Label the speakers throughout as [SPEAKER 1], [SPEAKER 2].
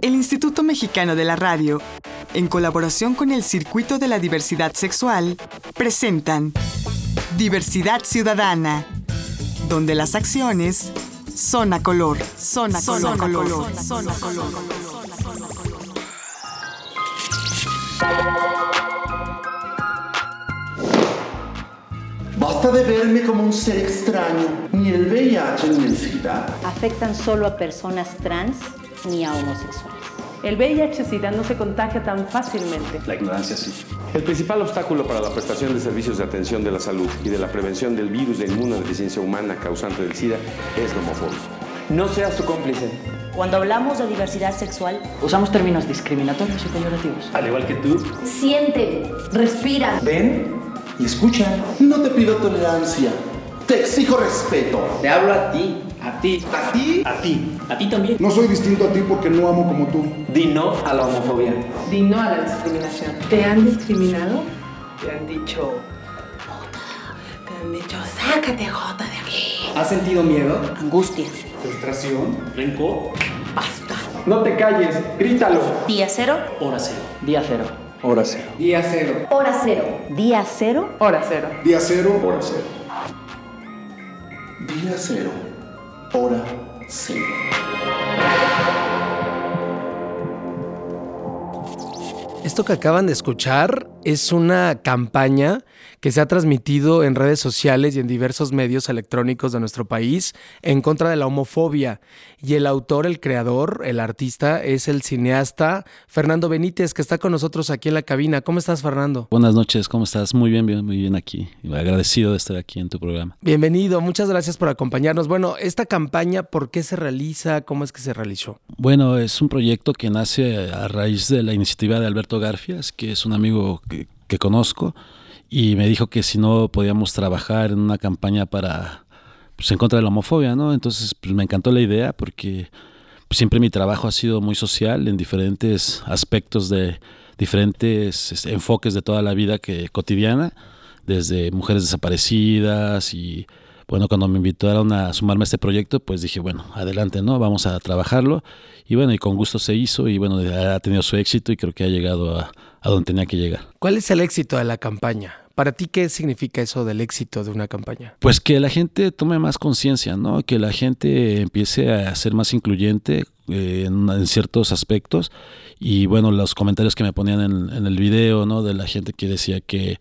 [SPEAKER 1] El Instituto Mexicano de la Radio, en colaboración con el Circuito de la Diversidad Sexual, presentan Diversidad Ciudadana, donde las acciones son a color, son a color, son a color, son a color.
[SPEAKER 2] Basta de verme como un ser extraño. Ni el VIH ni el SIDA.
[SPEAKER 3] afectan solo a personas trans ni a homosexuales.
[SPEAKER 4] El VIH-Sida no se contagia tan fácilmente.
[SPEAKER 5] La ignorancia sí.
[SPEAKER 6] El principal obstáculo para la prestación de servicios de atención de la salud y de la prevención del virus de inmunodeficiencia humana causante del SIDA es la homofobia.
[SPEAKER 7] No seas su cómplice.
[SPEAKER 8] Cuando hablamos de diversidad sexual,
[SPEAKER 7] Usamos términos discriminatorios y peyorativos.
[SPEAKER 5] Al igual que tú,
[SPEAKER 9] Siente, respira.
[SPEAKER 7] Ven y escucha.
[SPEAKER 2] No te pido tolerancia. Te exijo respeto.
[SPEAKER 10] Te hablo a ti, a ti,
[SPEAKER 2] ¿A ti?
[SPEAKER 10] a ti, a ti también.
[SPEAKER 11] No soy distinto a ti porque no amo como tú.
[SPEAKER 7] Di no a la homofobia.
[SPEAKER 4] Di no a la discriminación. ¿Te han discriminado? Te han dicho... puta, Te han dicho, sácate jota de aquí.
[SPEAKER 7] ¿Has sentido miedo?
[SPEAKER 3] Angustias.
[SPEAKER 11] Frustración.
[SPEAKER 5] rencor,
[SPEAKER 3] Basta.
[SPEAKER 7] No te calles, grítalo.
[SPEAKER 3] Día cero.
[SPEAKER 5] hora cero.
[SPEAKER 7] Día cero.
[SPEAKER 5] Hora cero.
[SPEAKER 7] Día cero.
[SPEAKER 9] Hora cero.
[SPEAKER 3] Día cero.
[SPEAKER 4] Hora cero.
[SPEAKER 11] Día cero.
[SPEAKER 6] Hora cero.
[SPEAKER 2] Día cero. Hora cero.
[SPEAKER 12] Esto que acaban de escuchar es una campaña que se ha transmitido en redes sociales y en diversos medios electrónicos de nuestro país en contra de la homofobia. Y el autor, el creador, el artista es el cineasta Fernando Benítez, que está con nosotros aquí en la cabina. ¿Cómo estás, Fernando?
[SPEAKER 13] Buenas noches, ¿cómo estás? Muy bien, bien, muy bien aquí. Y Agradecido de estar aquí en tu programa.
[SPEAKER 12] Bienvenido, muchas gracias por acompañarnos. Bueno, esta campaña, ¿por qué se realiza? ¿Cómo es que se realizó?
[SPEAKER 13] Bueno, es un proyecto que nace a raíz de la iniciativa de Alberto Garfias, que es un amigo que, que conozco, y me dijo que si no podíamos trabajar en una campaña para pues, en contra de la homofobia, ¿no? Entonces, pues me encantó la idea porque pues, siempre mi trabajo ha sido muy social en diferentes aspectos de diferentes este, enfoques de toda la vida que cotidiana, desde mujeres desaparecidas y bueno, cuando me invitaron a sumarme a este proyecto, pues dije, bueno, adelante, ¿no? Vamos a trabajarlo. Y bueno, y con gusto se hizo y bueno, ha tenido su éxito y creo que ha llegado a, a donde tenía que llegar.
[SPEAKER 12] ¿Cuál es el éxito de la campaña? Para ti, ¿qué significa eso del éxito de una campaña?
[SPEAKER 13] Pues que la gente tome más conciencia, ¿no? Que la gente empiece a ser más incluyente eh, en, en ciertos aspectos. Y bueno, los comentarios que me ponían en, en el video, ¿no? De la gente que decía que,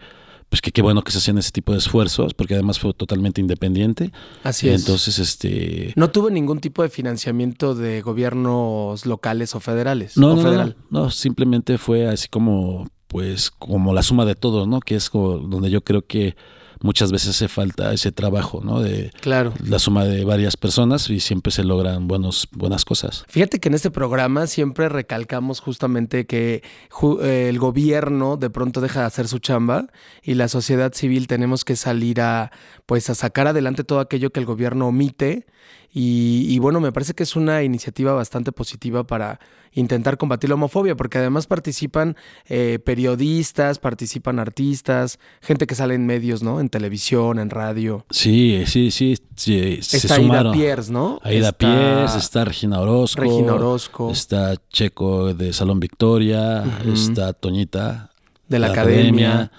[SPEAKER 13] pues que qué bueno que se hacían ese tipo de esfuerzos, porque además fue totalmente independiente.
[SPEAKER 12] Así es.
[SPEAKER 13] Entonces, este...
[SPEAKER 12] No tuvo ningún tipo de financiamiento de gobiernos locales o federales.
[SPEAKER 13] No,
[SPEAKER 12] o
[SPEAKER 13] no,
[SPEAKER 12] federal.
[SPEAKER 13] no, no, simplemente fue así como, pues, como la suma de todo, ¿no? Que es como donde yo creo que muchas veces hace falta ese trabajo, ¿no? De
[SPEAKER 12] Claro.
[SPEAKER 13] la suma de varias personas y siempre se logran buenos, buenas cosas.
[SPEAKER 12] Fíjate que en este programa siempre recalcamos justamente que ju- eh, el gobierno de pronto deja de hacer su chamba y la sociedad civil tenemos que salir a pues a sacar adelante todo aquello que el gobierno omite y, y bueno me parece que es una iniciativa bastante positiva para intentar combatir la homofobia porque además participan eh, periodistas participan artistas gente que sale en medios no en televisión en radio
[SPEAKER 13] Sí, sí, sí, sí, se
[SPEAKER 12] está Aida
[SPEAKER 13] sumaron.
[SPEAKER 12] Pierce no
[SPEAKER 13] Aida
[SPEAKER 12] Está-
[SPEAKER 13] Pierce, está Regina Orozco.
[SPEAKER 12] Regina Orozco.
[SPEAKER 13] Está Checo de Salón Victoria,
[SPEAKER 12] Ujú.
[SPEAKER 13] está Toñita.
[SPEAKER 12] De la academia.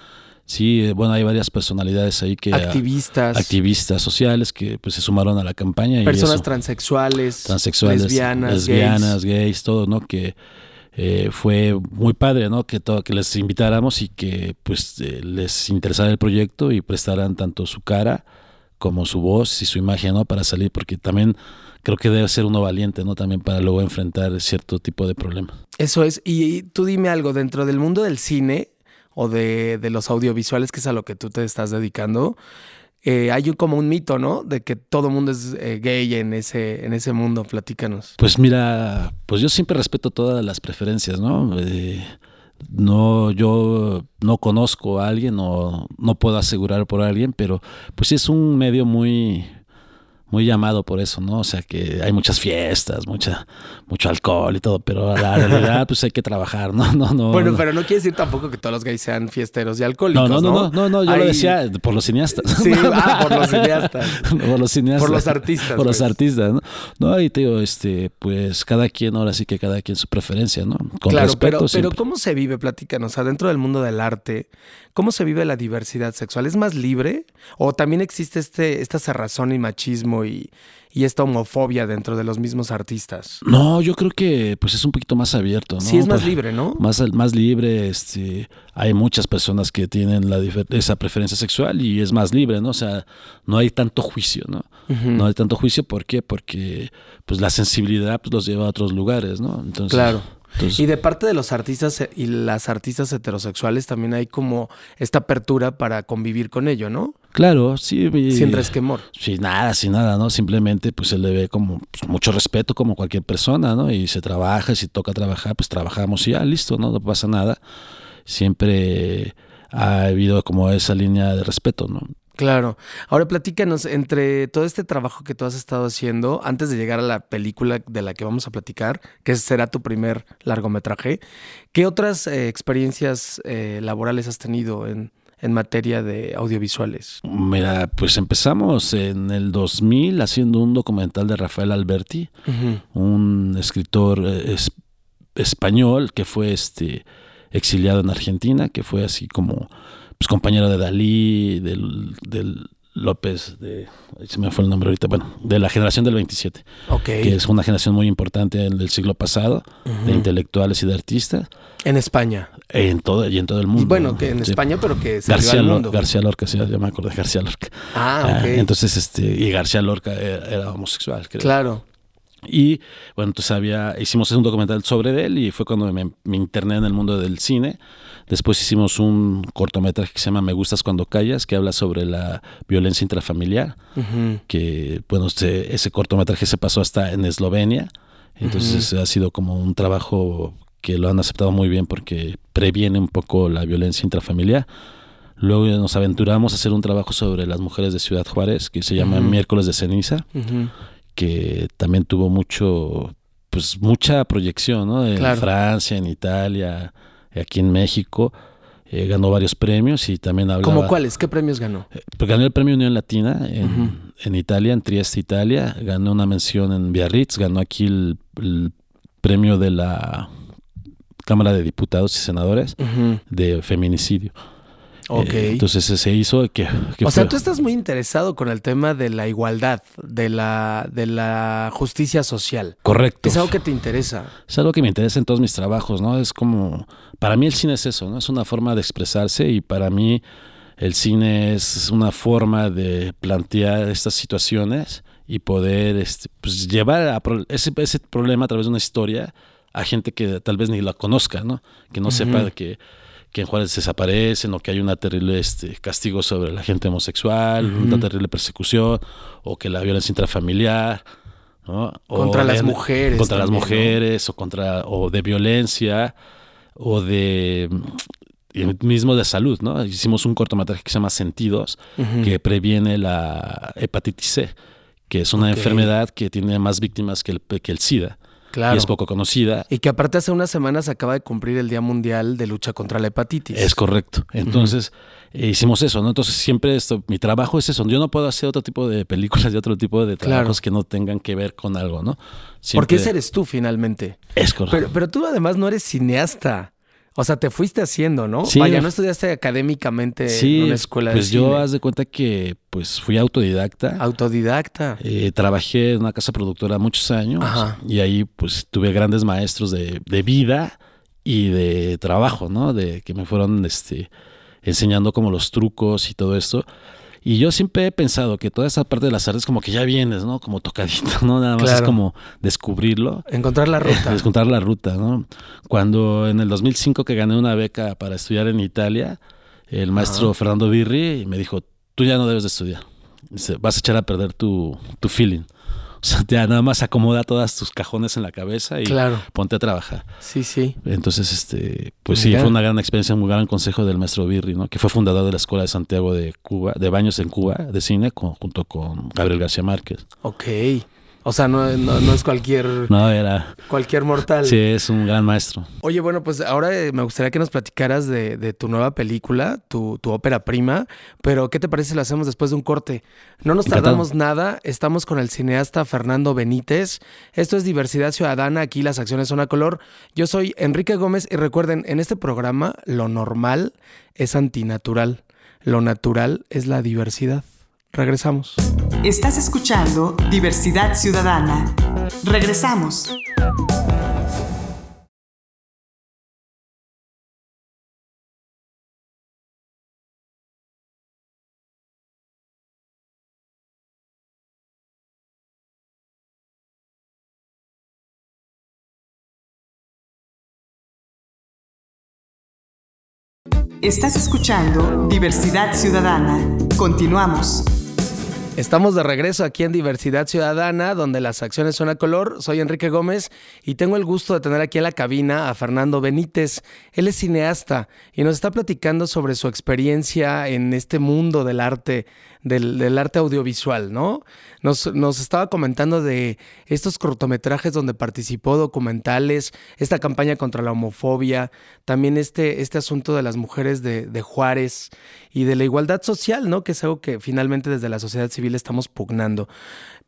[SPEAKER 13] Sí, eh, bueno, hay varias personalidades ahí que...
[SPEAKER 12] activistas
[SPEAKER 13] activistas sociales que pues, se sumaron a la campaña. Y
[SPEAKER 12] personas
[SPEAKER 13] eso.
[SPEAKER 12] transexuales,
[SPEAKER 13] transexuales,
[SPEAKER 12] lesbianas,
[SPEAKER 13] lesbianas,
[SPEAKER 12] gays.
[SPEAKER 13] gays. todo, ¿no? Que eh, fue muy padre, ¿no? Que, todo, que les invitáramos y que pues eh, les interesara el proyecto y prestaran tanto su cara como su voz y su imagen, ¿no? Para salir, porque también creo que debe ser uno valiente, ¿no? También para luego enfrentar cierto tipo de problemas.
[SPEAKER 12] Eso es. Y, y tú dime algo, dentro del mundo del cine o de, de los audiovisuales, que es a lo que tú te estás dedicando, eh, hay un- como un mito, ¿no? De que todo mundo es eh, gay en ese, en ese mundo. Platícanos.
[SPEAKER 13] Pues mira, pues yo siempre respeto todas las preferencias, ¿no? Eh, no, yo no conozco a alguien o no puedo asegurar por alguien, pero pues sí es un medio muy, muy llamado por eso, ¿no? O sea que hay muchas fiestas, mucha, mucho alcohol y todo, pero la realidad pues hay que trabajar, ¿no? No, no.
[SPEAKER 12] bueno,
[SPEAKER 13] no.
[SPEAKER 12] pero no quiere decir tampoco que todos los gays sean fiesteros y alcohólicos.
[SPEAKER 13] no, no, no, no, no, yo
[SPEAKER 12] Hay-
[SPEAKER 13] lo decía por los cineastas.
[SPEAKER 12] Sí, ah, por los cineastas.
[SPEAKER 13] por los cineastas.
[SPEAKER 12] Por los artistas,
[SPEAKER 13] Por los
[SPEAKER 12] pues.
[SPEAKER 13] artistas, ¿no? No, y te digo, este, pues cada quien, ahora sí que cada quien su preferencia, ¿no? Con
[SPEAKER 12] claro,
[SPEAKER 13] respeto
[SPEAKER 12] pero, pero
[SPEAKER 13] siempre.
[SPEAKER 12] ¿cómo se vive? Platícanos, adentro del mundo del arte, ¿cómo se vive la diversidad sexual? ¿Es más libre? ¿O también existe este, esta cerrazón y machismo y, y esta homofobia dentro de los mismos artistas?
[SPEAKER 13] No, yo creo que pues es un poquito más abierto, ¿no?
[SPEAKER 12] Sí, es más
[SPEAKER 13] Pues,
[SPEAKER 12] libre, ¿no?
[SPEAKER 13] Más, más libre, este, hay muchas personas que tienen la difer- esa preferencia sexual y es más libre, ¿no? O sea, no hay tanto juicio, ¿no?
[SPEAKER 12] Ujú.
[SPEAKER 13] No hay tanto juicio, ¿por qué? Porque pues la sensibilidad pues, los lleva a otros lugares, ¿no? Entonces,
[SPEAKER 12] Claro.
[SPEAKER 13] pues, entonces-
[SPEAKER 12] Y de parte de los artistas eh, y las artistas heterosexuales también hay como esta apertura para convivir con ello, ¿no?
[SPEAKER 13] Claro, sí. y-
[SPEAKER 12] Sin resquemor.
[SPEAKER 13] Sin nada, sin nada, ¿no? Simplemente pues se le ve como pues, mucho respeto como cualquier persona, ¿no? Y se trabaja, si toca trabajar, pues trabajamos y ya, listo, ¿no? No pasa nada. Siempre ha habido como esa línea de respeto, ¿no?
[SPEAKER 12] Claro. Ahora platícanos, entre todo este trabajo que tú has estado haciendo, antes de llegar a la película de la que vamos a platicar, que será tu primer largometraje, ¿qué otras eh, experiencias eh, laborales has tenido en, en materia de audiovisuales?
[SPEAKER 13] Mira, pues empezamos en el 2000 haciendo un documental de Rafael Alberti,
[SPEAKER 12] Ujú.
[SPEAKER 13] un escritor eh, es- español que fue este exiliado en Argentina, que fue así como pues, compañero de Dalí, del, del López, de, ay, se me fue el nombre ahorita, bueno, de la generación del 27,
[SPEAKER 12] Ok.
[SPEAKER 13] que es una generación muy importante del siglo pasado,
[SPEAKER 12] Ujú.
[SPEAKER 13] de intelectuales y de artistas,
[SPEAKER 12] En España.
[SPEAKER 13] en todo, y en todo el mundo.
[SPEAKER 12] Bueno,
[SPEAKER 13] ¿no?
[SPEAKER 12] que en
[SPEAKER 13] Sí.
[SPEAKER 12] España, pero que salió
[SPEAKER 13] García,
[SPEAKER 12] al
[SPEAKER 13] Lor-
[SPEAKER 12] mundo.
[SPEAKER 13] García Lorca, sí, yo me acordé de García Lorca.
[SPEAKER 12] Ah, ok.
[SPEAKER 13] entonces, este, y García Lorca era, era homosexual, creo.
[SPEAKER 12] Claro.
[SPEAKER 13] Y bueno, entonces había, hicimos un documental sobre él y fue cuando me, me interné en el mundo del cine. Después hicimos un cortometraje que se llama Me gustas cuando callas, que habla sobre la violencia intrafamiliar,
[SPEAKER 12] Ujú.
[SPEAKER 13] que bueno, se- ese cortometraje se pasó hasta en Eslovenia. Entonces ha sido como un trabajo que lo han aceptado muy bien porque previene un poco la violencia intrafamiliar. Luego nos aventuramos a hacer un trabajo sobre las mujeres de Ciudad Juárez, que se llama
[SPEAKER 12] Ujú.
[SPEAKER 13] Miércoles de Ceniza
[SPEAKER 12] Ujú.
[SPEAKER 13] que también tuvo mucho, pues mucha proyección, ¿no? En
[SPEAKER 12] Claro.
[SPEAKER 13] Francia, en Italia, aquí en México. Eh, ganó varios premios y también hablaba...
[SPEAKER 12] ¿Cómo cuáles? ¿Qué premios ganó?
[SPEAKER 13] Pues ganó el premio Unión Latina en,
[SPEAKER 12] Ujú.
[SPEAKER 13] en Italia, en Trieste, Italia. Ganó una mención en Biarritz. Ganó aquí el, el premio de la Cámara de Diputados y Senadores
[SPEAKER 12] Ujú.
[SPEAKER 13] de feminicidio.
[SPEAKER 12] Ok.
[SPEAKER 13] Eh, entonces se hizo que... que
[SPEAKER 12] o sea,
[SPEAKER 13] fue-
[SPEAKER 12] tú estás muy interesado con el tema de la igualdad, de la, de la justicia social.
[SPEAKER 13] Correcto.
[SPEAKER 12] Es algo que te interesa.
[SPEAKER 13] Es algo que me interesa en todos mis trabajos, ¿no? Es como, para mí el cine es eso, ¿no? Es una forma de expresarse y para mí el cine es una forma de plantear estas situaciones y poder este, pues, llevar a pro- ese, ese problema a través de una historia a gente que tal vez ni la conozca, ¿no? Que no sepa
[SPEAKER 12] Ujú.
[SPEAKER 13] de que, que en Juárez desaparecen o que hay una terrible este, castigo sobre la gente homosexual, una
[SPEAKER 12] Ujú.
[SPEAKER 13] terrible persecución o que la violencia intrafamiliar, ¿no? O
[SPEAKER 12] Contra las mujeres
[SPEAKER 13] Contra las
[SPEAKER 12] también, ¿no?
[SPEAKER 13] mujeres o contra o de violencia o de y mismo de salud, ¿no? Hicimos un cortometraje que se llama Sentidos,
[SPEAKER 12] Ujú.
[SPEAKER 13] que previene la hepatitis C, que es una
[SPEAKER 12] Ok.
[SPEAKER 13] enfermedad que tiene más víctimas que el, que el SIDA.
[SPEAKER 12] Claro.
[SPEAKER 13] Y es poco conocida.
[SPEAKER 12] Y que aparte hace unas semanas acaba de cumplir el Día Mundial de Lucha contra la Hepatitis.
[SPEAKER 13] Es correcto. Entonces, eh, hicimos eso, ¿no? Entonces, siempre esto, mi trabajo es eso. Yo no puedo hacer otro tipo de películas y otro tipo de
[SPEAKER 12] Claro.
[SPEAKER 13] trabajos que no tengan que ver con algo, ¿no?
[SPEAKER 12] Porque
[SPEAKER 13] Siempre-
[SPEAKER 12] ese eres tú finalmente.
[SPEAKER 13] Es correcto.
[SPEAKER 12] Pero, pero tú además no eres cineasta. O sea, te fuiste haciendo, ¿no?
[SPEAKER 13] Sí.
[SPEAKER 12] Vaya, no estudiaste académicamente eh, en una escuela
[SPEAKER 13] pues
[SPEAKER 12] de
[SPEAKER 13] yo
[SPEAKER 12] cine.
[SPEAKER 13] haz de cuenta que pues fui autodidacta.
[SPEAKER 12] Autodidacta.
[SPEAKER 13] Eh, trabajé en una casa productora muchos años
[SPEAKER 12] Ajá.
[SPEAKER 13] y ahí pues tuve grandes maestros de, de vida y de trabajo, ¿no? De que me fueron este, enseñando como los trucos y todo esto. Y yo siempre he pensado que toda esa parte de las artes como que ya vienes, ¿no? Como tocadito, ¿no? Nada más es
[SPEAKER 12] Claro.
[SPEAKER 13] como descubrirlo.
[SPEAKER 12] Encontrar
[SPEAKER 13] Eh,
[SPEAKER 12] la ruta.
[SPEAKER 13] Descontar la ruta, ¿no? Cuando en el 2005 que gané una beca para estudiar en Italia, el maestro
[SPEAKER 12] Ajá.
[SPEAKER 13] Fernando Birri me dijo, tú ya no debes de estudiar. Dice, vas a echar a perder tu, tu feeling. O sea, ya nada más acomoda todas tus cajones en la cabeza y
[SPEAKER 12] Claro.
[SPEAKER 13] ponte a trabajar.
[SPEAKER 12] Sí, sí.
[SPEAKER 13] Entonces, este, pues sí,
[SPEAKER 12] Mira.
[SPEAKER 13] fue una gran experiencia, un gran consejo del maestro Birri, ¿no? Que fue fundador de la Escuela de Santiago de Cuba, de Baños en Cuba, de cine, con- junto con Gabriel García Márquez.
[SPEAKER 12] Ok. O sea, no, no- no es cualquier,
[SPEAKER 13] No, era.
[SPEAKER 12] cualquier mortal.
[SPEAKER 13] Sí, es un gran maestro.
[SPEAKER 12] Oye, bueno, pues ahora eh, me gustaría que nos platicaras de, de tu nueva película, tu, tu ópera prima, pero ¿qué te parece si lo hacemos después de un corte? No nos
[SPEAKER 13] Encantado.
[SPEAKER 12] tardamos nada, estamos con el cineasta Fernando Benítez, esto es Diversidad Ciudadana, aquí las acciones son a color, yo soy Enrique Gómez y recuerden, en este programa lo normal es antinatural, lo natural es la diversidad. Regresamos.
[SPEAKER 1] Estás escuchando Diversidad Ciudadana. Regresamos. Estás escuchando Diversidad Ciudadana. Continuamos.
[SPEAKER 12] Estamos de regreso aquí en Diversidad Ciudadana, donde las acciones son a color. Soy Enrique Gómez y tengo el gusto de tener aquí en la cabina a Fernando Benítez. Él es cineasta y nos está platicando sobre su experiencia en este mundo del arte, del, del arte audiovisual, ¿no? Nos, nos estaba comentando de estos cortometrajes donde participó, documentales, esta campaña contra la homofobia, también este, este asunto de las mujeres de, de Juárez y de la igualdad social, ¿no? Que es algo que finalmente desde la sociedad civil estamos pugnando.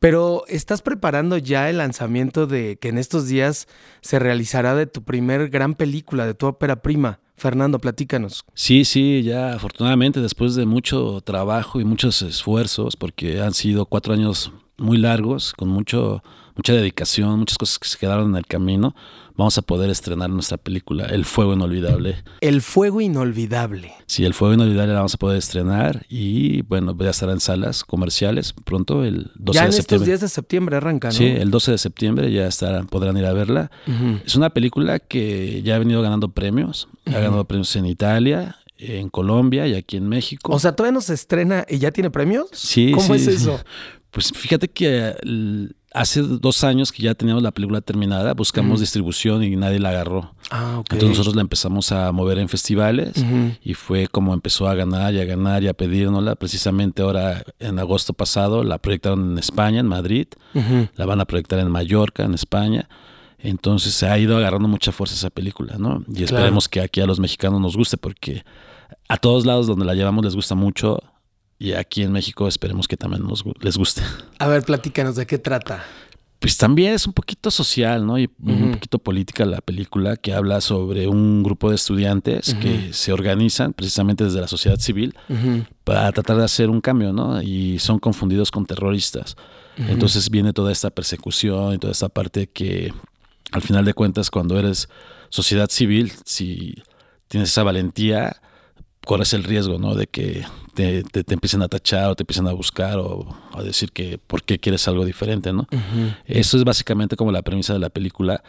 [SPEAKER 12] Pero estás preparando ya el lanzamiento de que en estos días se realizará de tu primer gran película, de tu ópera prima. Fernando, platícanos.
[SPEAKER 13] Sí, sí, ya afortunadamente después de mucho trabajo y muchos esfuerzos, porque han sido cuatro años muy largos, con mucho, mucha dedicación, muchas cosas que se quedaron en el camino, vamos a poder estrenar nuestra película, El Fuego Inolvidable.
[SPEAKER 12] El fuego inolvidable.
[SPEAKER 13] Sí, El Fuego Inolvidable la vamos a poder estrenar y bueno, ya estará en salas comerciales pronto el 12
[SPEAKER 12] ya
[SPEAKER 13] de
[SPEAKER 12] en estos
[SPEAKER 13] septiembre.
[SPEAKER 12] días de septiembre arranca, ¿no?
[SPEAKER 13] Sí, el 12 de septiembre ya estarán, podrán ir a verla.
[SPEAKER 12] Ujú.
[SPEAKER 13] Es una película que ya ha venido ganando premios. Ha
[SPEAKER 12] Ujú.
[SPEAKER 13] ganado premios en Italia, en Colombia y aquí en México.
[SPEAKER 12] O sea, todavía no se estrena y ya tiene premios.
[SPEAKER 13] sí,
[SPEAKER 12] ¿Cómo
[SPEAKER 13] sí.
[SPEAKER 12] es eso?
[SPEAKER 13] Pues fíjate que l- hace dos años que ya teníamos la película terminada, buscamos
[SPEAKER 12] Ujú.
[SPEAKER 13] distribución y nadie la agarró.
[SPEAKER 12] Ah, ok.
[SPEAKER 13] Entonces nosotros la empezamos a mover en festivales
[SPEAKER 12] Ujú.
[SPEAKER 13] y fue como empezó a ganar y a ganar y a pedírnosla. Precisamente ahora, en agosto pasado, la proyectaron en España, en Madrid.
[SPEAKER 12] Ujú.
[SPEAKER 13] La van a proyectar en Mallorca, en España. Entonces se ha ido agarrando mucha fuerza esa película, ¿no? Y esperemos que aquí a los mexicanos nos guste porque a todos lados donde la llevamos les gusta mucho y aquí en México esperemos que también nos gu- les guste.
[SPEAKER 12] A ver, platícanos de qué trata.
[SPEAKER 13] Pues también es un poquito social, ¿no? Y
[SPEAKER 12] Ujú.
[SPEAKER 13] un poquito política la película que habla sobre un grupo de estudiantes que se organizan precisamente desde la sociedad civil
[SPEAKER 12] Ujú.
[SPEAKER 13] para tratar de hacer un cambio, ¿no? Y son confundidos con terroristas.
[SPEAKER 12] Ujú.
[SPEAKER 13] Entonces viene toda esta persecución y toda esta parte que al final de cuentas cuando eres sociedad civil, si tienes esa valentía, corres el riesgo, ¿no? De que te, te- te empiecen a tachar o te empiecen a buscar o a decir que por qué quieres algo diferente, ¿no?
[SPEAKER 12] Ujú.
[SPEAKER 13] Eso es básicamente como la premisa de la película.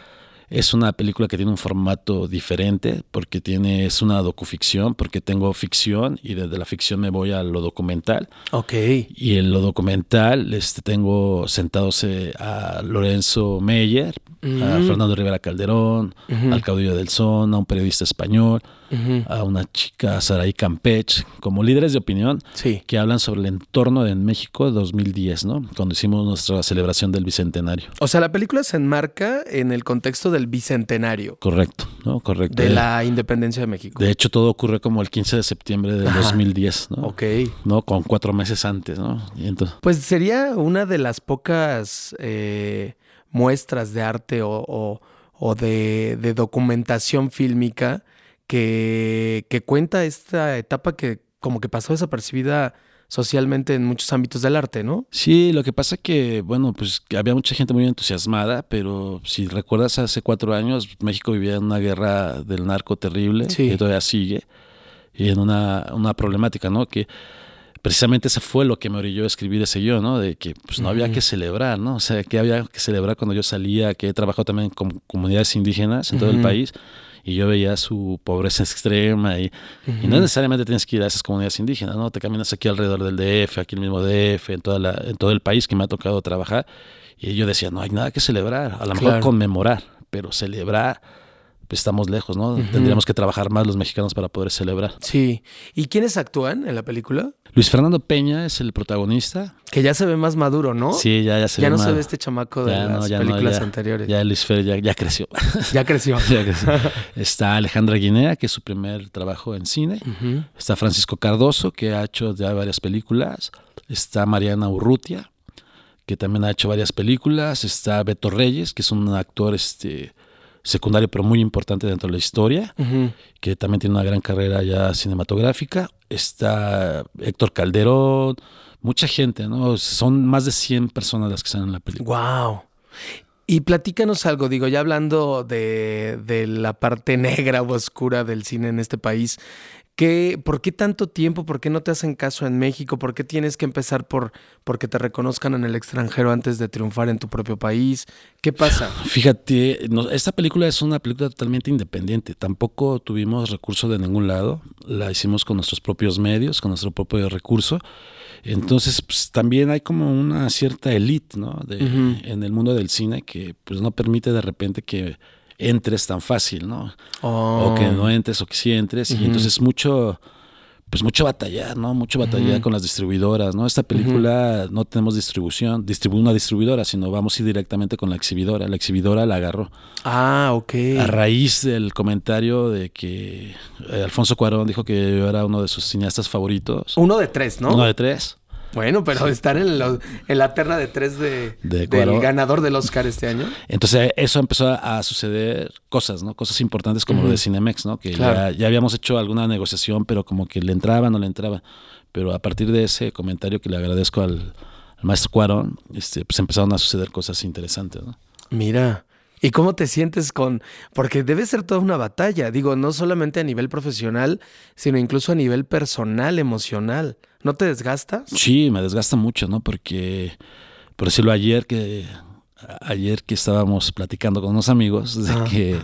[SPEAKER 13] Es una película que tiene un formato diferente porque tiene es una docuficción, porque tengo ficción y desde la ficción me voy a lo documental.
[SPEAKER 12] Ok.
[SPEAKER 13] Y en lo documental este, tengo sentados eh, a Lorenzo Meyer, a
[SPEAKER 12] Mm.
[SPEAKER 13] Fernando Rivera Calderón,
[SPEAKER 12] Ujú.
[SPEAKER 13] al caudillo del Son, a un periodista español,
[SPEAKER 12] Ujú.
[SPEAKER 13] a una chica, Saraí Campech, como líderes de opinión
[SPEAKER 12] Sí.
[SPEAKER 13] que hablan sobre el entorno de México 2010, ¿no? Cuando hicimos nuestra celebración del Bicentenario.
[SPEAKER 12] O sea, la película se enmarca en el contexto del bicentenario
[SPEAKER 13] Correcto, ¿no? Correcto. Eh,
[SPEAKER 12] de la independencia de México.
[SPEAKER 13] De hecho, todo ocurrió como el 15 de septiembre del
[SPEAKER 12] Ajá.
[SPEAKER 13] 2010, ¿no?
[SPEAKER 12] Ok.
[SPEAKER 13] ¿No? Con cuatro meses antes, ¿no? Y entonces,
[SPEAKER 12] Pues sería una de las pocas eh, muestras de arte o, o- o de, de documentación fílmica que, que cuenta esta etapa que como que pasó desapercibida socialmente en muchos ámbitos del arte, ¿no?
[SPEAKER 13] sí, lo que pasa que, bueno, pues que había mucha gente muy entusiasmada, pero si recuerdas hace cuatro años, México vivía en una guerra del narco terrible,
[SPEAKER 12] Sí.
[SPEAKER 13] que todavía sigue, y en una, una problemática, ¿no? Que precisamente eso fue lo que me orilló a escribir ese yo, ¿no? De que pues no había
[SPEAKER 12] Ujú.
[SPEAKER 13] que celebrar, ¿no? O sea, que había que celebrar cuando yo salía, que he trabajado también con comunidades indígenas en todo el
[SPEAKER 12] Ujú.
[SPEAKER 13] país y yo veía su pobreza extrema y, y no
[SPEAKER 12] Ujú.
[SPEAKER 13] necesariamente tienes que ir a esas comunidades indígenas, ¿no? Te caminas aquí alrededor del DF, aquí el mismo DF, en, toda la- en todo el país que me ha tocado trabajar y yo decía, no hay nada que celebrar, a lo mejor
[SPEAKER 12] Claro.
[SPEAKER 13] conmemorar, pero celebrar pues estamos lejos, ¿no?
[SPEAKER 12] Ujú.
[SPEAKER 13] Tendríamos que trabajar más los mexicanos para poder celebrar.
[SPEAKER 12] Sí. ¿Y quiénes actúan en la película?
[SPEAKER 13] Luis Fernando Peña es el protagonista.
[SPEAKER 12] Que ya se ve más maduro, ¿no?
[SPEAKER 13] Sí, ya, ya se
[SPEAKER 12] Ya
[SPEAKER 13] ve
[SPEAKER 12] no se
[SPEAKER 13] mal.
[SPEAKER 12] ve este chamaco de
[SPEAKER 13] Ya no,
[SPEAKER 12] las
[SPEAKER 13] ya no,
[SPEAKER 12] películas
[SPEAKER 13] ya-
[SPEAKER 12] anteriores.
[SPEAKER 13] Ya Luis Fer ya, ya creció.
[SPEAKER 12] Ya creció.
[SPEAKER 13] Ya creció. Está Alejandra Guinea, que es su primer trabajo en cine.
[SPEAKER 12] Ujú.
[SPEAKER 13] Está Francisco Cardoso, que ha hecho ya varias películas. Está Mariana Urrutia, que también ha hecho varias películas. Está Beto Reyes, que es un actor este, secundario, pero muy importante dentro de la historia
[SPEAKER 12] Ujú.
[SPEAKER 13] que también tiene una gran carrera ya cinematográfica. Está Héctor Calderón, mucha gente, ¿no? Son más de 100 personas las que salen en la película.
[SPEAKER 12] Wow. Y platícanos algo, digo, ya hablando de, de la parte negra o oscura del cine en este país, ¿qué, ¿por qué tanto tiempo? ¿Por qué no te hacen caso en México? ¿Por qué tienes que empezar por porque te reconozcan en el extranjero antes de triunfar en tu propio país? ¿Qué pasa?
[SPEAKER 13] Fíjate, no- esta película es una película totalmente independiente. Tampoco tuvimos recursos de ningún lado. La hicimos con nuestros propios medios, con nuestro propio recurso. Entonces, pues, también hay como una cierta elite, ¿no? De-
[SPEAKER 12] Ujú.
[SPEAKER 13] En el mundo del cine que pues no permite de repente que entres tan fácil, ¿no?
[SPEAKER 12] Oh.
[SPEAKER 13] o que no entres o que sí entres
[SPEAKER 12] Ujú.
[SPEAKER 13] y entonces mucho pues mucho batallar, ¿no? Mucho batallar
[SPEAKER 12] Ujú.
[SPEAKER 13] con las distribuidoras, ¿no? Esta película no tenemos distribución, distribu una distribuidora, sino vamos a ir directamente con la exhibidora. La exhibidora la agarró
[SPEAKER 12] Ah, ok.
[SPEAKER 13] a raíz del comentario de que eh, Alfonso Cuarón dijo que yo era uno de sus cineastas favoritos.
[SPEAKER 12] Uno de tres, ¿no?
[SPEAKER 13] Uno de tres.
[SPEAKER 12] Bueno, pero
[SPEAKER 13] Sí.
[SPEAKER 12] estar en, lo- en la terna de tres de,
[SPEAKER 13] De
[SPEAKER 12] del
[SPEAKER 13] Cuarón.
[SPEAKER 12] ganador del Oscar este año.
[SPEAKER 13] Entonces eso empezó a a suceder cosas, ¿no? Cosas importantes como lo de
[SPEAKER 12] Ujú.
[SPEAKER 13] Cinemex, ¿no? Que
[SPEAKER 12] Claro.
[SPEAKER 13] ya, ya habíamos hecho alguna negociación, pero como que le entraba, no le entraba. Pero a partir de ese comentario que le agradezco al, al maestro Cuarón, este, pues empezaron a suceder cosas interesantes, ¿no?
[SPEAKER 12] Mira, ¿y cómo te sientes con...? Porque debe ser toda una batalla, digo, no solamente a nivel profesional, sino incluso a nivel personal, emocional. ¿No te desgastas?
[SPEAKER 13] Sí, me desgasta mucho, ¿no? Porque, por decirlo, ayer que a- ayer que estábamos platicando con unos amigos de
[SPEAKER 12] Ajá.
[SPEAKER 13] que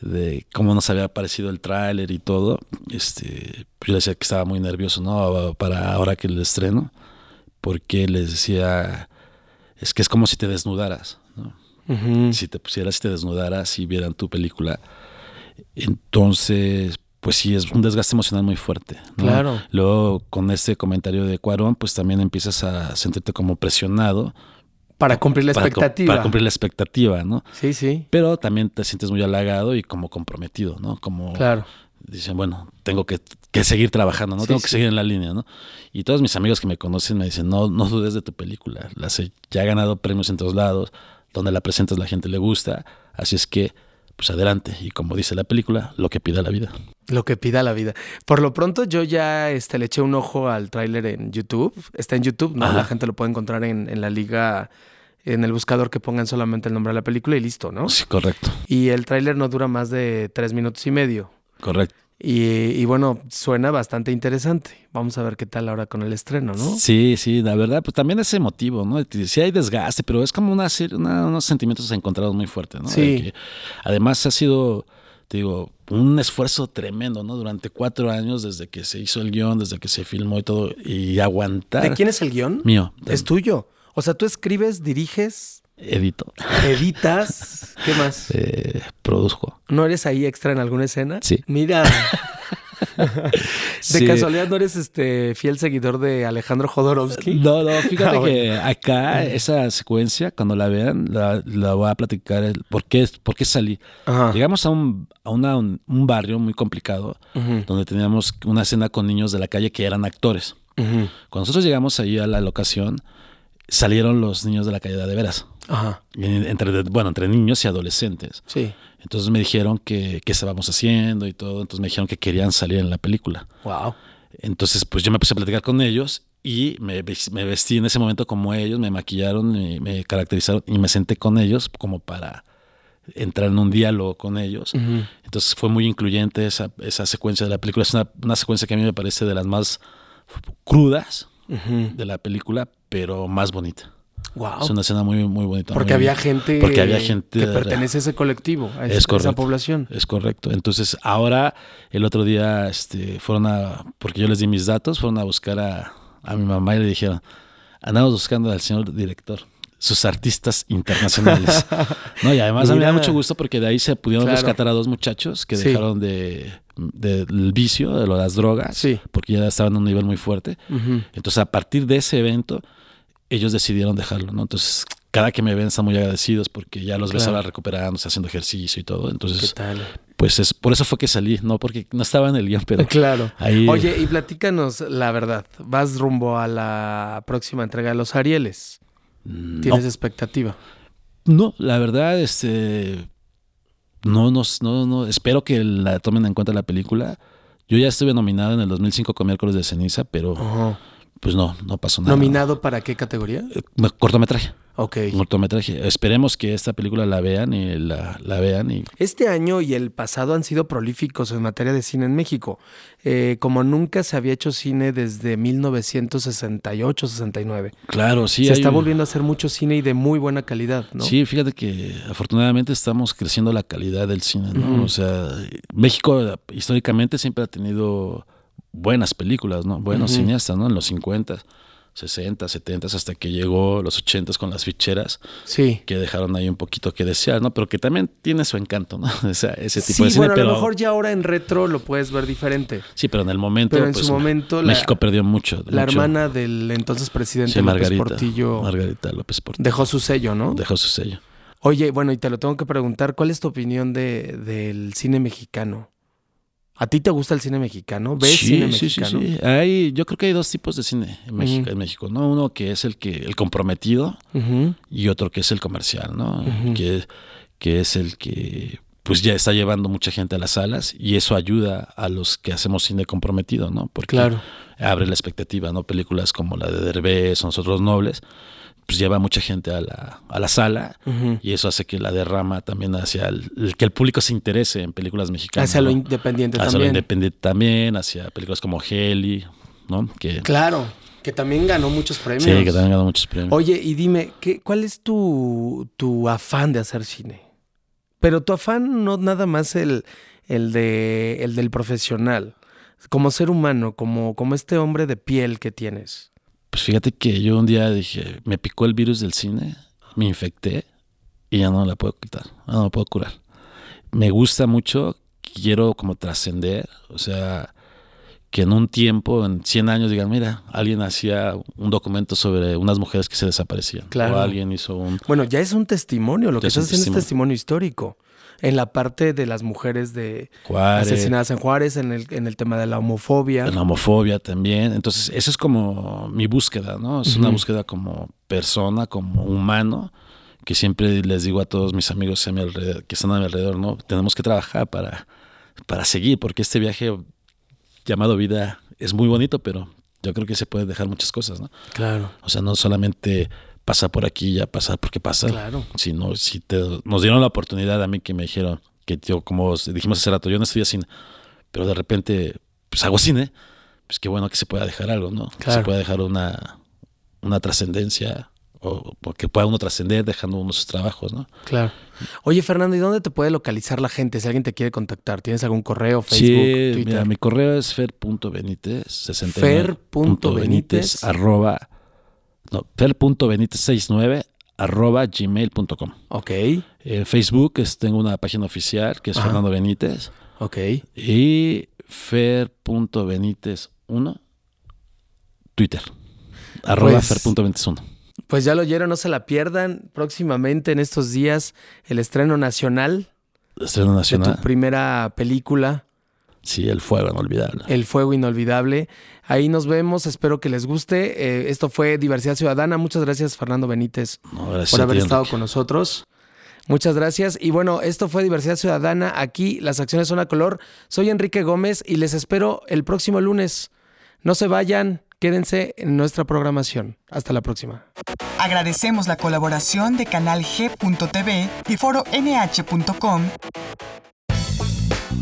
[SPEAKER 13] de cómo nos había parecido el tráiler y todo, este, pues yo decía que estaba muy nervioso, ¿no? Para ahora que el estreno, porque les decía es que es como si te desnudaras, ¿no? Si te pusieras y te desnudaras y vieran tu película, entonces, pues sí, es un desgaste emocional muy fuerte. ¿no?
[SPEAKER 12] Claro.
[SPEAKER 13] Luego, con este comentario de Cuarón, pues también empiezas a sentirte como presionado.
[SPEAKER 12] Para cumplir la
[SPEAKER 13] para cu-
[SPEAKER 12] expectativa.
[SPEAKER 13] Para cumplir la expectativa, ¿no?
[SPEAKER 12] Sí, sí,
[SPEAKER 13] Pero también te sientes muy halagado y como comprometido, ¿no? Como
[SPEAKER 12] claro.
[SPEAKER 13] dicen, bueno, tengo que, que seguir trabajando, ¿no?
[SPEAKER 12] Sí,
[SPEAKER 13] tengo que
[SPEAKER 12] sí.
[SPEAKER 13] seguir en la línea, ¿no? Y todos mis amigos que me conocen me dicen, no, no dudes de tu película. La sé- ya ha ganado premios en todos lados, donde la presentas la gente le gusta. Así es que, pues adelante. Y como dice la película, lo que pida la vida.
[SPEAKER 12] Lo que pida la vida. Por lo pronto yo ya este, le eché un ojo al tráiler en YouTube. Está en YouTube, ¿no?
[SPEAKER 13] Ajá.
[SPEAKER 12] La gente lo puede encontrar en, en la liga, en el buscador que pongan solamente el nombre de la película y listo, ¿no?
[SPEAKER 13] Sí, correcto,
[SPEAKER 12] Y el tráiler no dura más de tres minutos y medio.
[SPEAKER 13] correcto.
[SPEAKER 12] Y, y bueno, suena bastante interesante. Vamos a ver qué tal ahora con el estreno, ¿no?
[SPEAKER 13] Sí, sí, la verdad, pues también es emotivo, ¿no? Sí hay desgaste, pero es como una, serie- una- unos sentimientos encontrados muy fuertes, ¿no?
[SPEAKER 12] Sí.
[SPEAKER 13] De que, además ha sido, te digo, un esfuerzo tremendo, ¿no? Durante cuatro años, desde que se hizo el guión, desde que se filmó y todo, y aguantar.
[SPEAKER 12] ¿De quién es el guión?
[SPEAKER 13] Mío.
[SPEAKER 12] Es tuyo. O sea, tú escribes, diriges,
[SPEAKER 13] Edito.
[SPEAKER 12] editas. ¿Qué más?
[SPEAKER 13] Eh, produjo.
[SPEAKER 12] ¿No eres ahí extra en alguna escena?
[SPEAKER 13] Sí.
[SPEAKER 12] Mira. De
[SPEAKER 13] Sí.
[SPEAKER 12] casualidad, ¿no eres este fiel seguidor de Alejandro Jodorowsky?
[SPEAKER 13] No, no, fíjate
[SPEAKER 12] Ah, bueno.
[SPEAKER 13] que acá esa secuencia, cuando la vean, la, la voy a platicar el por qué, por qué salí.
[SPEAKER 12] Ajá.
[SPEAKER 13] Llegamos a, un, a una- un barrio muy complicado
[SPEAKER 12] Ujú.
[SPEAKER 13] donde teníamos una escena con niños de la calle que eran actores.
[SPEAKER 12] Ujú.
[SPEAKER 13] Cuando nosotros llegamos ahí a la locación, salieron los niños de la calle de veras.
[SPEAKER 12] Ajá.
[SPEAKER 13] En- Entre, bueno, entre niños y adolescentes.
[SPEAKER 12] Sí.
[SPEAKER 13] Entonces me dijeron que qué estábamos haciendo y todo. Entonces me dijeron que querían salir en la película.
[SPEAKER 12] Wow.
[SPEAKER 13] Entonces, pues yo me puse a platicar con ellos y me, ves- me vestí en ese momento como ellos, me maquillaron, y me caracterizaron y me senté con ellos como para entrar en un diálogo con ellos.
[SPEAKER 12] Ujú.
[SPEAKER 13] Entonces fue muy incluyente esa, esa secuencia de la película. Es una, una secuencia que a mí me parece de las más crudas de la película, pero más bonita.
[SPEAKER 12] Wow.
[SPEAKER 13] Es una escena muy, muy bonita.
[SPEAKER 12] Porque
[SPEAKER 13] muy-
[SPEAKER 12] había gente,
[SPEAKER 13] porque había gente
[SPEAKER 12] que
[SPEAKER 13] de-
[SPEAKER 12] pertenece a ese colectivo, a esa- a esa población.
[SPEAKER 13] Es correcto. Entonces, ahora, el otro día, este, fueron a, porque yo les di mis datos, fueron a buscar a, a mi mamá y le dijeron, andamos buscando al señor director, sus artistas internacionales. no, y además a mí me da
[SPEAKER 12] Mira.
[SPEAKER 13] mucho gusto porque de ahí se pudieron
[SPEAKER 12] Claro.
[SPEAKER 13] rescatar a dos muchachos que
[SPEAKER 12] Sí.
[SPEAKER 13] dejaron de, de- del vicio, de lo de las drogas, porque ya estaban a un nivel muy fuerte.
[SPEAKER 12] Ujú.
[SPEAKER 13] Entonces, a partir de ese evento, ellos decidieron dejarlo, ¿no? Entonces, cada que me ven están muy agradecidos porque ya los ves
[SPEAKER 12] Claro.
[SPEAKER 13] ahora recuperándose, haciendo ejercicio y todo. Entonces, pues es por eso fue que salí, no porque no estaba en el guión, pero
[SPEAKER 12] Claro.
[SPEAKER 13] ahí
[SPEAKER 12] Oye, y platícanos la verdad. Vas rumbo a la próxima entrega de los Arieles. ¿Tienes expectativa?
[SPEAKER 13] mm, no, la verdad este no no no no espero que la tomen en cuenta la película. Yo ya estuve nominado en el 2005 con Miércoles de Ceniza, pero
[SPEAKER 12] Ajá.
[SPEAKER 13] pues no, no pasó nada.
[SPEAKER 12] Oh. ¿Nominado para qué categoría?
[SPEAKER 13] Me- Cortometraje.
[SPEAKER 12] Ok.
[SPEAKER 13] Cortometraje. Esperemos que esta película la vean y la, la vean y
[SPEAKER 12] Este año y el pasado han sido prolíficos en materia de cine en México, eh, como nunca se había hecho cine desde 1968-69.
[SPEAKER 13] Claro, sí.
[SPEAKER 12] se
[SPEAKER 13] hay
[SPEAKER 12] está
[SPEAKER 13] un-
[SPEAKER 12] volviendo a hacer mucho cine y de muy buena calidad, ¿no?
[SPEAKER 13] Sí, fíjate que afortunadamente estamos creciendo la calidad del cine, ¿no?
[SPEAKER 12] Ujú.
[SPEAKER 13] O sea, México eh, históricamente siempre ha tenido buenas películas, ¿no? Buenos
[SPEAKER 12] Ujú.
[SPEAKER 13] cineastas, ¿no? En los 50, 60, 70, hasta que llegó los 80 con las ficheras.
[SPEAKER 12] Sí.
[SPEAKER 13] Que dejaron ahí un poquito que desear, ¿no? Pero que también tiene su encanto, ¿no? O sea, ese tipo
[SPEAKER 12] Sí,
[SPEAKER 13] de cine.
[SPEAKER 12] bueno,
[SPEAKER 13] pero,
[SPEAKER 12] a lo mejor ya ahora en retro lo puedes ver diferente.
[SPEAKER 13] Sí, pero en el momento.
[SPEAKER 12] Pero en
[SPEAKER 13] pues,
[SPEAKER 12] su momento la-
[SPEAKER 13] México perdió mucho.
[SPEAKER 12] La
[SPEAKER 13] mucho.
[SPEAKER 12] hermana del entonces presidente
[SPEAKER 13] Sí,
[SPEAKER 12] López
[SPEAKER 13] Margarita.
[SPEAKER 12] Portillo
[SPEAKER 13] Margarita López Portillo.
[SPEAKER 12] dejó su sello, ¿no?
[SPEAKER 13] Dejó su sello.
[SPEAKER 12] Oye, bueno, y te lo tengo que preguntar, ¿cuál es tu opinión de, del cine mexicano? ¿A ti te gusta el cine mexicano? ¿Ves cine mexicano?
[SPEAKER 13] Sí, sí. Hay, yo creo que hay dos tipos de cine en México,
[SPEAKER 12] Ujú.
[SPEAKER 13] en México, ¿no? Uno que es el que el comprometido
[SPEAKER 12] Ujú.
[SPEAKER 13] y otro que es el comercial, ¿no?
[SPEAKER 12] Ujú.
[SPEAKER 13] que, que es el que pues ya está llevando mucha gente a las salas y eso ayuda a los que hacemos cine comprometido, ¿no? Porque
[SPEAKER 12] Claro.
[SPEAKER 13] abre la expectativa, ¿no? Películas como la de Derbez o Nosotros Nobles, pues lleva mucha gente a la, a la sala
[SPEAKER 12] Ujú.
[SPEAKER 13] y eso hace que la derrama también hacia el, el- que el público se interese en películas mexicanas.
[SPEAKER 12] Hacia lo
[SPEAKER 13] ¿no?
[SPEAKER 12] independiente
[SPEAKER 13] hacia lo
[SPEAKER 12] también.
[SPEAKER 13] Ah, independiente también, hacia películas como Heli, ¿no? Que,
[SPEAKER 12] Claro, que también ganó muchos premios.
[SPEAKER 13] Sí, que también han ganado muchos premios.
[SPEAKER 12] Oye, y dime, ¿qué, ¿cuál es tu, tu afán de hacer cine? Pero tu afán no nada más el, el, de, el del profesional, como ser humano, como, como este hombre de piel que tienes.
[SPEAKER 13] Pues fíjate que yo un día dije, me picó el virus del cine, me infecté y ya no la puedo quitar, ya no la puedo curar. Me gusta mucho, quiero como trascender, o sea, que en un tiempo, en 100 años digan, mira, alguien hacía un documento sobre unas mujeres que se desaparecían.
[SPEAKER 12] Claro.
[SPEAKER 13] O alguien hizo un...
[SPEAKER 12] Bueno, ya es un testimonio, lo que
[SPEAKER 13] Ya es un
[SPEAKER 12] estás haciendo es testimonio histórico. En la parte de las mujeres de
[SPEAKER 13] Juárez.
[SPEAKER 12] asesinadas en Juárez, en el, en el tema de la homofobia.
[SPEAKER 13] La homofobia también. Entonces, eso es como mi búsqueda, ¿no? Es una
[SPEAKER 12] Ujú.
[SPEAKER 13] búsqueda como persona, como humano, que siempre les digo a todos mis amigos a mi alrededor- que están a mi alrededor, ¿no? Tenemos que trabajar para, para seguir, porque este viaje llamado vida es muy bonito, pero yo creo que se puede dejar muchas cosas, ¿no?
[SPEAKER 12] Claro.
[SPEAKER 13] O sea, no solamente pasar por aquí y ya pasar porque pasar.
[SPEAKER 12] Claro.
[SPEAKER 13] Sino si te, nos dieron la oportunidad a mí que me dijeron que yo, como os dijimos hace rato, yo no estudié cine, pero de repente pues hago cine, pues qué bueno que se pueda dejar algo, ¿no? Que se
[SPEAKER 12] Claro.
[SPEAKER 13] pueda dejar una, una trascendencia o, o que pueda uno trascender dejando unos trabajos, ¿no?
[SPEAKER 12] Claro. Oye, Fernando, ¿y dónde te puede localizar la gente si alguien te quiere contactar? ¿Tienes algún correo, Facebook,
[SPEAKER 13] sí,
[SPEAKER 12] Twitter?
[SPEAKER 13] mira, mi correo es fer.benítez, 69, punto
[SPEAKER 12] Fer.benítez.
[SPEAKER 13] arroba, no, fer.benítez69, arroba gmail.com.
[SPEAKER 12] Ok.
[SPEAKER 13] En Facebook es- tengo una página oficial que es
[SPEAKER 12] Ajá.
[SPEAKER 13] Fernando Benítez.
[SPEAKER 12] Ok.
[SPEAKER 13] Y fer.benítez1, Twitter, arroba
[SPEAKER 12] Pues-
[SPEAKER 13] fer.benítez1.
[SPEAKER 12] Pues ya lo oyeron, no se la pierdan. Próximamente en estos días el estreno nacional,
[SPEAKER 13] Estreno
[SPEAKER 12] de
[SPEAKER 13] nacional.
[SPEAKER 12] tu primera película,
[SPEAKER 13] Sí, el fuego inolvidable.
[SPEAKER 12] El Fuego Inolvidable. Ahí nos vemos, espero que les guste. Eh, esto fue Diversidad Ciudadana. Muchas gracias, Fernando Benítez,
[SPEAKER 13] No, gracias
[SPEAKER 12] por
[SPEAKER 13] a
[SPEAKER 12] haber
[SPEAKER 13] ti,
[SPEAKER 12] estado
[SPEAKER 13] Enrique.
[SPEAKER 12] con nosotros. Muchas gracias. Y bueno, esto fue Diversidad Ciudadana. Aquí las acciones son a color. Soy Enrique Gómez y les espero el próximo lunes. No se vayan, quédense en nuestra programación. Hasta la próxima.
[SPEAKER 1] Agradecemos la colaboración de Canal G.tv y Foro NH.com.